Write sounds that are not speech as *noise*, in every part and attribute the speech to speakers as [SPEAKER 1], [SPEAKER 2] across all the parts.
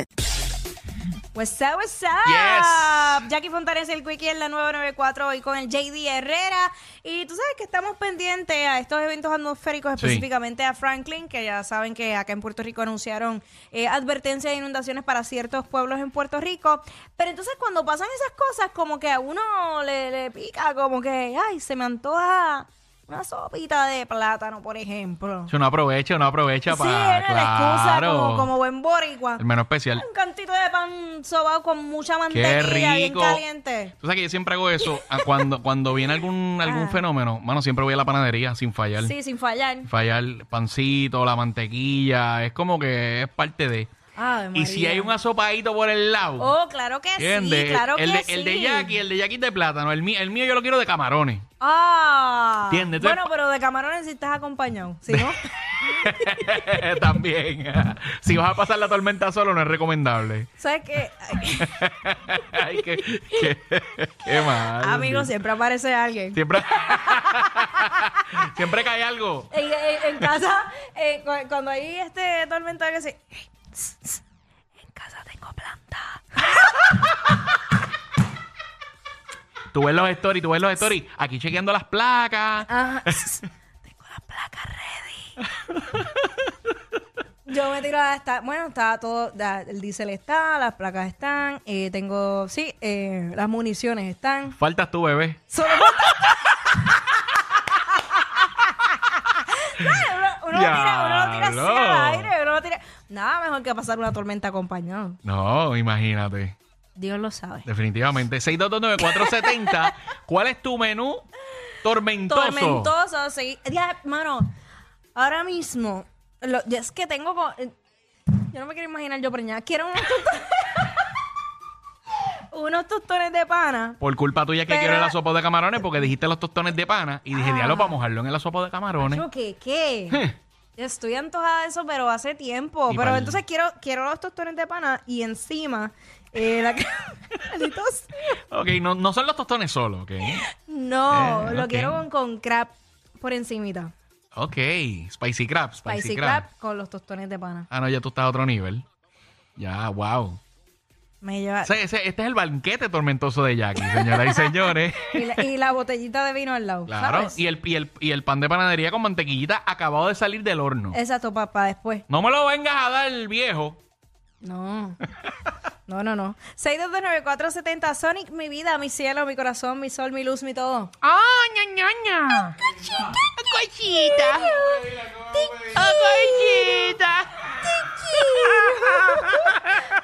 [SPEAKER 1] What's up, Pues, what's up?
[SPEAKER 2] Yes.
[SPEAKER 1] Jackie Fontanes, el Quickie en la 994 hoy con el JD Herrera. Y tú sabes que estamos pendientes a estos eventos atmosféricos,
[SPEAKER 2] Sí.
[SPEAKER 1] específicamente a Franklin, que ya saben que acá en Puerto Rico anunciaron eh, advertencias de inundaciones para ciertos pueblos en Puerto Rico. Pero entonces cuando pasan esas cosas, como que a uno le, le pica, como que, ay, se me antoja una sopita de plátano, por ejemplo.
[SPEAKER 2] Si uno aprovecha, uno aprovecha
[SPEAKER 1] Sí,
[SPEAKER 2] para.
[SPEAKER 1] era la excusa
[SPEAKER 2] claro.
[SPEAKER 1] como, como buen boricua.
[SPEAKER 2] El menú especial.
[SPEAKER 1] Un cantito de pan sobao con mucha
[SPEAKER 2] Qué
[SPEAKER 1] mantequilla bien
[SPEAKER 2] rico.
[SPEAKER 1] caliente.
[SPEAKER 2] Tú sabes que yo siempre hago eso ah, cuando, cuando
[SPEAKER 1] *laughs*
[SPEAKER 2] viene algún, algún
[SPEAKER 1] Ajá.
[SPEAKER 2] fenómeno. Mano, siempre voy a la panadería sin fallar.
[SPEAKER 1] Ah. Sí, sin fallar.
[SPEAKER 2] Sin fallar el pancito, la mantequilla. Es como que es parte de.
[SPEAKER 1] Ay,
[SPEAKER 2] Y si
[SPEAKER 1] María.
[SPEAKER 2] hay un asopadito por el lado.
[SPEAKER 1] Oh, claro que sí,
[SPEAKER 2] ¿entiendes?
[SPEAKER 1] claro
[SPEAKER 2] el,
[SPEAKER 1] que
[SPEAKER 2] de,
[SPEAKER 1] sí.
[SPEAKER 2] el de Jackie, el de Jackie es de plátano. El mío, el mío yo lo quiero de camarones. *laughs*
[SPEAKER 1] Ah.
[SPEAKER 2] ¿Entiendes? Entonces-
[SPEAKER 1] Bueno, pero de camarones si estás acompañado, ¿sí
[SPEAKER 2] *laughs*
[SPEAKER 1] no?
[SPEAKER 2] También. *laughs* si vas a pasar la tormenta solo, no es recomendable. *laughs*
[SPEAKER 1] ¿Sabes qué? Ay,
[SPEAKER 2] Ay, qué, qué, qué mal.
[SPEAKER 1] Amigo, siempre aparece alguien.
[SPEAKER 2] Siempre. *laughs* Siempre cae algo.
[SPEAKER 1] En, en- en casa, eh, cu- cuando hay este tormenta que se... En casa tengo planta.
[SPEAKER 2] Tú ves los stories, tú ves los stories. Aquí chequeando las placas.
[SPEAKER 1] Ajá. *laughs* Tengo la placa ready. Yo me tiro a esta. Bueno, está todo. da- el diésel está, las placas están. eh, tengo. Sí, eh, las municiones están.
[SPEAKER 2] Faltas tú, bebé.
[SPEAKER 1] Solo falta- *laughs* No, uno, uno lo tira, uno lo tira así al
[SPEAKER 2] Diablo.
[SPEAKER 1] aire. Uno lo tira. Nada mejor que pasar una tormenta acompañado.
[SPEAKER 2] No, imagínate.
[SPEAKER 1] Dios lo sabe.
[SPEAKER 2] Definitivamente. 6229470. ¿Cuál es tu menú tormentoso?
[SPEAKER 1] Tormentoso, sí. Ya, mano, ahora mismo, lo- ya es que tengo. co- eh, Yo no me quiero imaginar yo preñada. Quiero unos tostones. *laughs* unos tostones de pana.
[SPEAKER 2] Por culpa tuya es que
[SPEAKER 1] Pero-
[SPEAKER 2] quiero el asopo de camarones porque dijiste los tostones de pana y dije,
[SPEAKER 1] Ah.
[SPEAKER 2] diablo, para mojarlo en el asopo de camarones.
[SPEAKER 1] Yo, ¿qué?
[SPEAKER 2] *laughs*
[SPEAKER 1] ¿Qué?
[SPEAKER 2] Je.
[SPEAKER 1] Estoy antojada de eso, pero hace tiempo.
[SPEAKER 2] Eh. Y
[SPEAKER 1] pero
[SPEAKER 2] pal-
[SPEAKER 1] entonces quiero, quiero los tostones de pana y encima. eh, la *laughs* Malditos.
[SPEAKER 2] ok, no, no son los tostones solo, ok.
[SPEAKER 1] No,
[SPEAKER 2] Eh,
[SPEAKER 1] lo
[SPEAKER 2] ok.
[SPEAKER 1] quiero con, con crab por encimita.
[SPEAKER 2] Ok, spicy crab, spicy,
[SPEAKER 1] Spicy crab
[SPEAKER 2] crab.
[SPEAKER 1] con los tostones de pana.
[SPEAKER 2] Ah, no, ya tú estás a otro nivel. Ya, wow.
[SPEAKER 1] Me lleva.
[SPEAKER 2] Ese- ese- este es el banquete tormentoso de Jackie, señoras y
[SPEAKER 1] *laughs*
[SPEAKER 2] señores.
[SPEAKER 1] Y la, y la botellita de vino al lado.
[SPEAKER 2] Claro,
[SPEAKER 1] ¿sabes?
[SPEAKER 2] y el, y, el, y el pan de panadería con mantequillita acabado de salir del horno.
[SPEAKER 1] Exacto, papá, después.
[SPEAKER 2] No me lo vengas a dar, viejo.
[SPEAKER 1] No. No, no, no. 6229470 Sonic, mi vida, mi cielo, mi corazón, mi sol, mi luz, mi todo.
[SPEAKER 2] ¡Ah, ñañaña! ¡Cochita!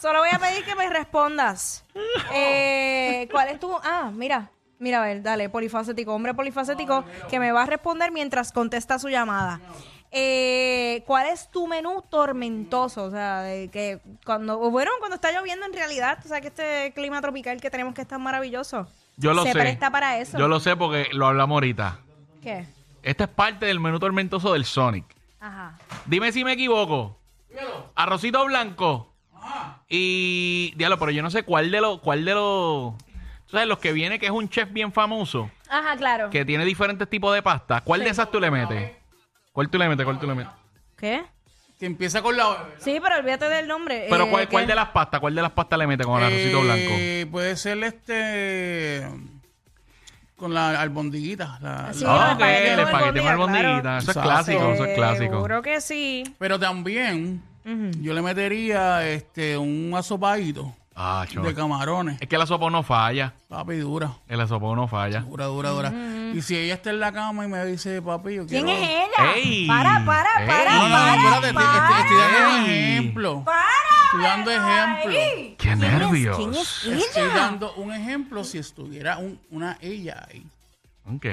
[SPEAKER 1] Solo voy a pedir que me respondas. Eh, ¿Cuál es tu...? Ah, mira. Mira, a ver, dale, polifacético, hombre polifacético, que me va a responder mientras contesta su llamada. Eh, ¿Cuál es tu menú tormentoso? O sea, de que cuando, o bueno, cuando está lloviendo en realidad, o sea, que este clima tropical que tenemos que es tan maravilloso.
[SPEAKER 2] Yo lo
[SPEAKER 1] se
[SPEAKER 2] sé.
[SPEAKER 1] presta para eso.
[SPEAKER 2] Yo lo sé porque lo hablamos ahorita.
[SPEAKER 1] ¿Qué?
[SPEAKER 2] Esta es parte del menú tormentoso del Sonic.
[SPEAKER 1] Ajá.
[SPEAKER 2] Dime si me equivoco. Arrocito blanco. Y. Diablo, pero yo no sé cuál de los. cuál de los. Tú sabes, los que viene que es un chef bien famoso,
[SPEAKER 1] Ajá, claro.
[SPEAKER 2] que tiene diferentes tipos de pasta. ¿Cuál de esas tú le metes? ¿Cuál tú le metes? ¿Cuál tú le metes?
[SPEAKER 1] ¿Qué?
[SPEAKER 3] Que empieza con la O.
[SPEAKER 1] Sí, pero olvídate del nombre.
[SPEAKER 2] Pero
[SPEAKER 1] Eh,
[SPEAKER 2] ¿cuál, cuál
[SPEAKER 1] ¿qué?
[SPEAKER 2] de las pastas? ¿Cuál de las pastas le mete con el arrocito blanco?
[SPEAKER 3] Eh, Puede ser este. Con la albondiguita. la-
[SPEAKER 1] Sí,
[SPEAKER 2] Ah,
[SPEAKER 3] la-
[SPEAKER 1] el
[SPEAKER 2] ok,
[SPEAKER 1] espagueti
[SPEAKER 2] el
[SPEAKER 1] con
[SPEAKER 2] espagueti con
[SPEAKER 1] albondiguita,
[SPEAKER 2] albondiguita.
[SPEAKER 1] claro.
[SPEAKER 2] Eso es
[SPEAKER 3] Exacto.
[SPEAKER 2] clásico, eso es clásico.
[SPEAKER 1] Seguro que sí.
[SPEAKER 3] Pero también yo le metería este un asopadito
[SPEAKER 2] Ah,
[SPEAKER 3] de
[SPEAKER 2] chon.
[SPEAKER 3] camarones.
[SPEAKER 2] Es que el asopado no falla.
[SPEAKER 3] Papi, dura.
[SPEAKER 2] El asopado no falla.
[SPEAKER 3] Dura, dura, dura. Y si ella está en la cama y me dice, papi, yo
[SPEAKER 1] ¿Quién
[SPEAKER 3] quiero.
[SPEAKER 1] es ella?
[SPEAKER 2] Ey,
[SPEAKER 1] para, para,
[SPEAKER 2] ey.
[SPEAKER 1] para,
[SPEAKER 3] No, no, no,
[SPEAKER 1] para,
[SPEAKER 3] espérate, estoy, estoy- estoy dando un
[SPEAKER 2] Ey.
[SPEAKER 3] ejemplo.
[SPEAKER 1] para.
[SPEAKER 3] Estoy dando ejemplo.
[SPEAKER 2] ¡Qué nervios!
[SPEAKER 1] ¿Quién es
[SPEAKER 3] Estoy
[SPEAKER 1] ella?
[SPEAKER 3] dando un ejemplo si estuviera un- una ella ahí.
[SPEAKER 2] Ok.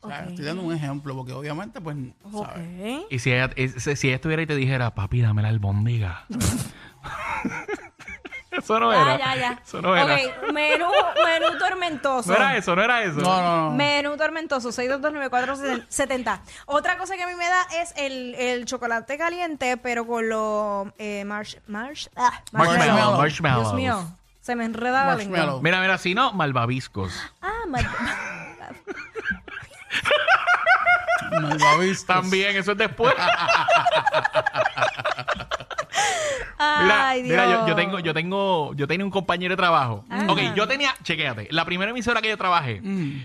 [SPEAKER 3] O sea, Estoy dando un ejemplo porque obviamente, pues, ¿sabes?
[SPEAKER 1] Ok.
[SPEAKER 2] Y si ella, es- si ella estuviera y te dijera, papi, dame la albóndiga. *laughs* Eso no era.
[SPEAKER 1] Ya, ya, ya.
[SPEAKER 2] Eso no era.
[SPEAKER 1] Ok, menú, menú tormentoso.
[SPEAKER 2] No era eso, no era eso.
[SPEAKER 3] No, no, no.
[SPEAKER 1] Menú tormentoso, 6229470. Otra cosa que a mí me da es el, el chocolate caliente, pero con los eh, marsh, marsh, ah, marshmallow.
[SPEAKER 2] Marshmallow,
[SPEAKER 3] Marshmallow.
[SPEAKER 2] marshmallow.
[SPEAKER 1] Dios mío, se me enreda la lengua.
[SPEAKER 3] Marshmallow.
[SPEAKER 2] Mira, mira, si no, malvaviscos.
[SPEAKER 1] Ah, mar- *laughs*
[SPEAKER 3] Malvaviscos.
[SPEAKER 2] También, eso es después.
[SPEAKER 3] *laughs*
[SPEAKER 2] Mira,
[SPEAKER 1] Ay, Dios.
[SPEAKER 2] mira, yo, yo tengo, yo tengo, yo tenía un compañero de trabajo.
[SPEAKER 1] Ajá. Mm.
[SPEAKER 2] Ok, yo tenía, chequéate, la primera emisora que yo trabajé,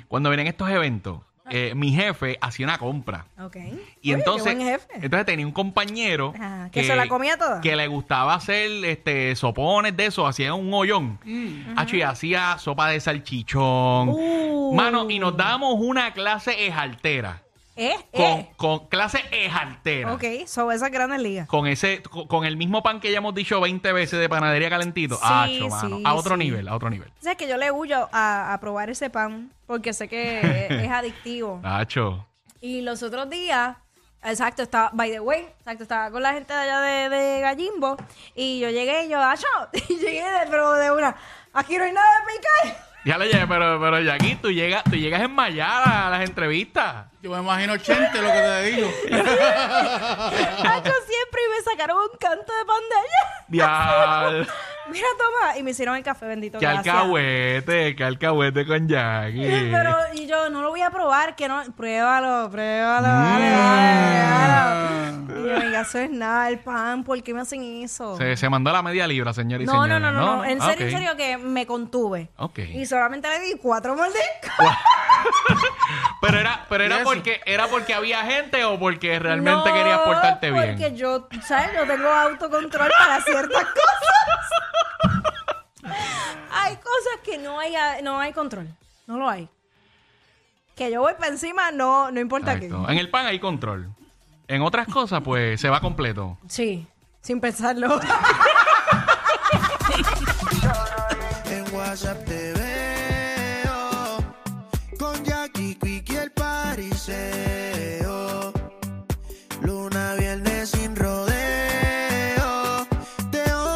[SPEAKER 2] cuando venían estos eventos, eh, mi jefe hacía una compra.
[SPEAKER 1] Ok.
[SPEAKER 2] Y
[SPEAKER 1] Oye,
[SPEAKER 2] entonces,
[SPEAKER 1] Qué buen jefe.
[SPEAKER 2] entonces tenía un compañero
[SPEAKER 1] Ajá, que se la comía toda.
[SPEAKER 2] Que le gustaba hacer este sopones de eso, hacía un hoyón.
[SPEAKER 1] Mm.
[SPEAKER 2] Acho, y hacía sopa de salchichón.
[SPEAKER 1] Uh.
[SPEAKER 2] Mano, y nos dábamos una clase ejaltera.
[SPEAKER 1] ¿Eh?
[SPEAKER 2] Con,
[SPEAKER 1] ¿Eh?
[SPEAKER 2] con clase ejaltera.
[SPEAKER 1] Ok, sobre esas grandes ligas.
[SPEAKER 2] Con ese, con, con el mismo pan que ya hemos dicho 20 veces de panadería calentito.
[SPEAKER 1] Sí,
[SPEAKER 2] Acho, mano.
[SPEAKER 1] sí,
[SPEAKER 2] a otro
[SPEAKER 1] sí.
[SPEAKER 2] nivel, a otro nivel.
[SPEAKER 1] O sea, que yo le huyo a, a probar ese pan porque sé
[SPEAKER 2] *laughs*
[SPEAKER 1] que es adictivo.
[SPEAKER 2] Acho.
[SPEAKER 1] Y los otros días, exacto, estaba, by the way, exacto, estaba con la gente de allá de, de Gallimbo y yo llegué y yo, ¡acho! *laughs* Y llegué, de, pero de una, aquí no hay nada de
[SPEAKER 2] *laughs*
[SPEAKER 1] picar.
[SPEAKER 2] Ya le llegué, pero, pero Jackie, tú llegas, tú llegas enmayada a las entrevistas.
[SPEAKER 3] Yo me imagino 80 lo que te digo.
[SPEAKER 1] ¡Acho siempre! Y me sacaron un canto de pandemia. *laughs*
[SPEAKER 2] Diablo.
[SPEAKER 1] Mira, toma. Y me hicieron el café bendito.
[SPEAKER 2] Que
[SPEAKER 1] gracias.
[SPEAKER 2] alcahuete, que alcahuete con Jackie.
[SPEAKER 1] Pero y yo no lo voy a probar, que no. Pruébalo, pruébalo,
[SPEAKER 2] Mm.
[SPEAKER 1] dale, dale, pruébalo. Y yo, "Mira, eso es nada, el pan, ¿por qué me hacen eso?
[SPEAKER 2] se, se mandó la media libra, señor y
[SPEAKER 1] No,
[SPEAKER 2] señora.
[SPEAKER 1] no, no, no, no. En
[SPEAKER 2] Ah,
[SPEAKER 1] serio,
[SPEAKER 2] ok.
[SPEAKER 1] en serio que me contuve.
[SPEAKER 2] Ok.
[SPEAKER 1] Y solamente le di cuatro mordiscos.
[SPEAKER 2] Pero era, pero
[SPEAKER 3] ¿Y
[SPEAKER 2] era
[SPEAKER 3] eso?
[SPEAKER 2] porque, era porque había gente o porque realmente
[SPEAKER 1] No,
[SPEAKER 2] querías portarte bien.
[SPEAKER 1] Porque yo, ¿sabes? Yo tengo autocontrol para ciertas *laughs* cosas. hay cosas que no hay, no hay control. No lo hay. Que yo voy para encima, no, no importa qué.
[SPEAKER 2] Exacto. En el pan hay control. En otras cosas, pues, se va completo.
[SPEAKER 1] Sí, sin *laughs* pensarlo.
[SPEAKER 4] En WhatsApp te veo.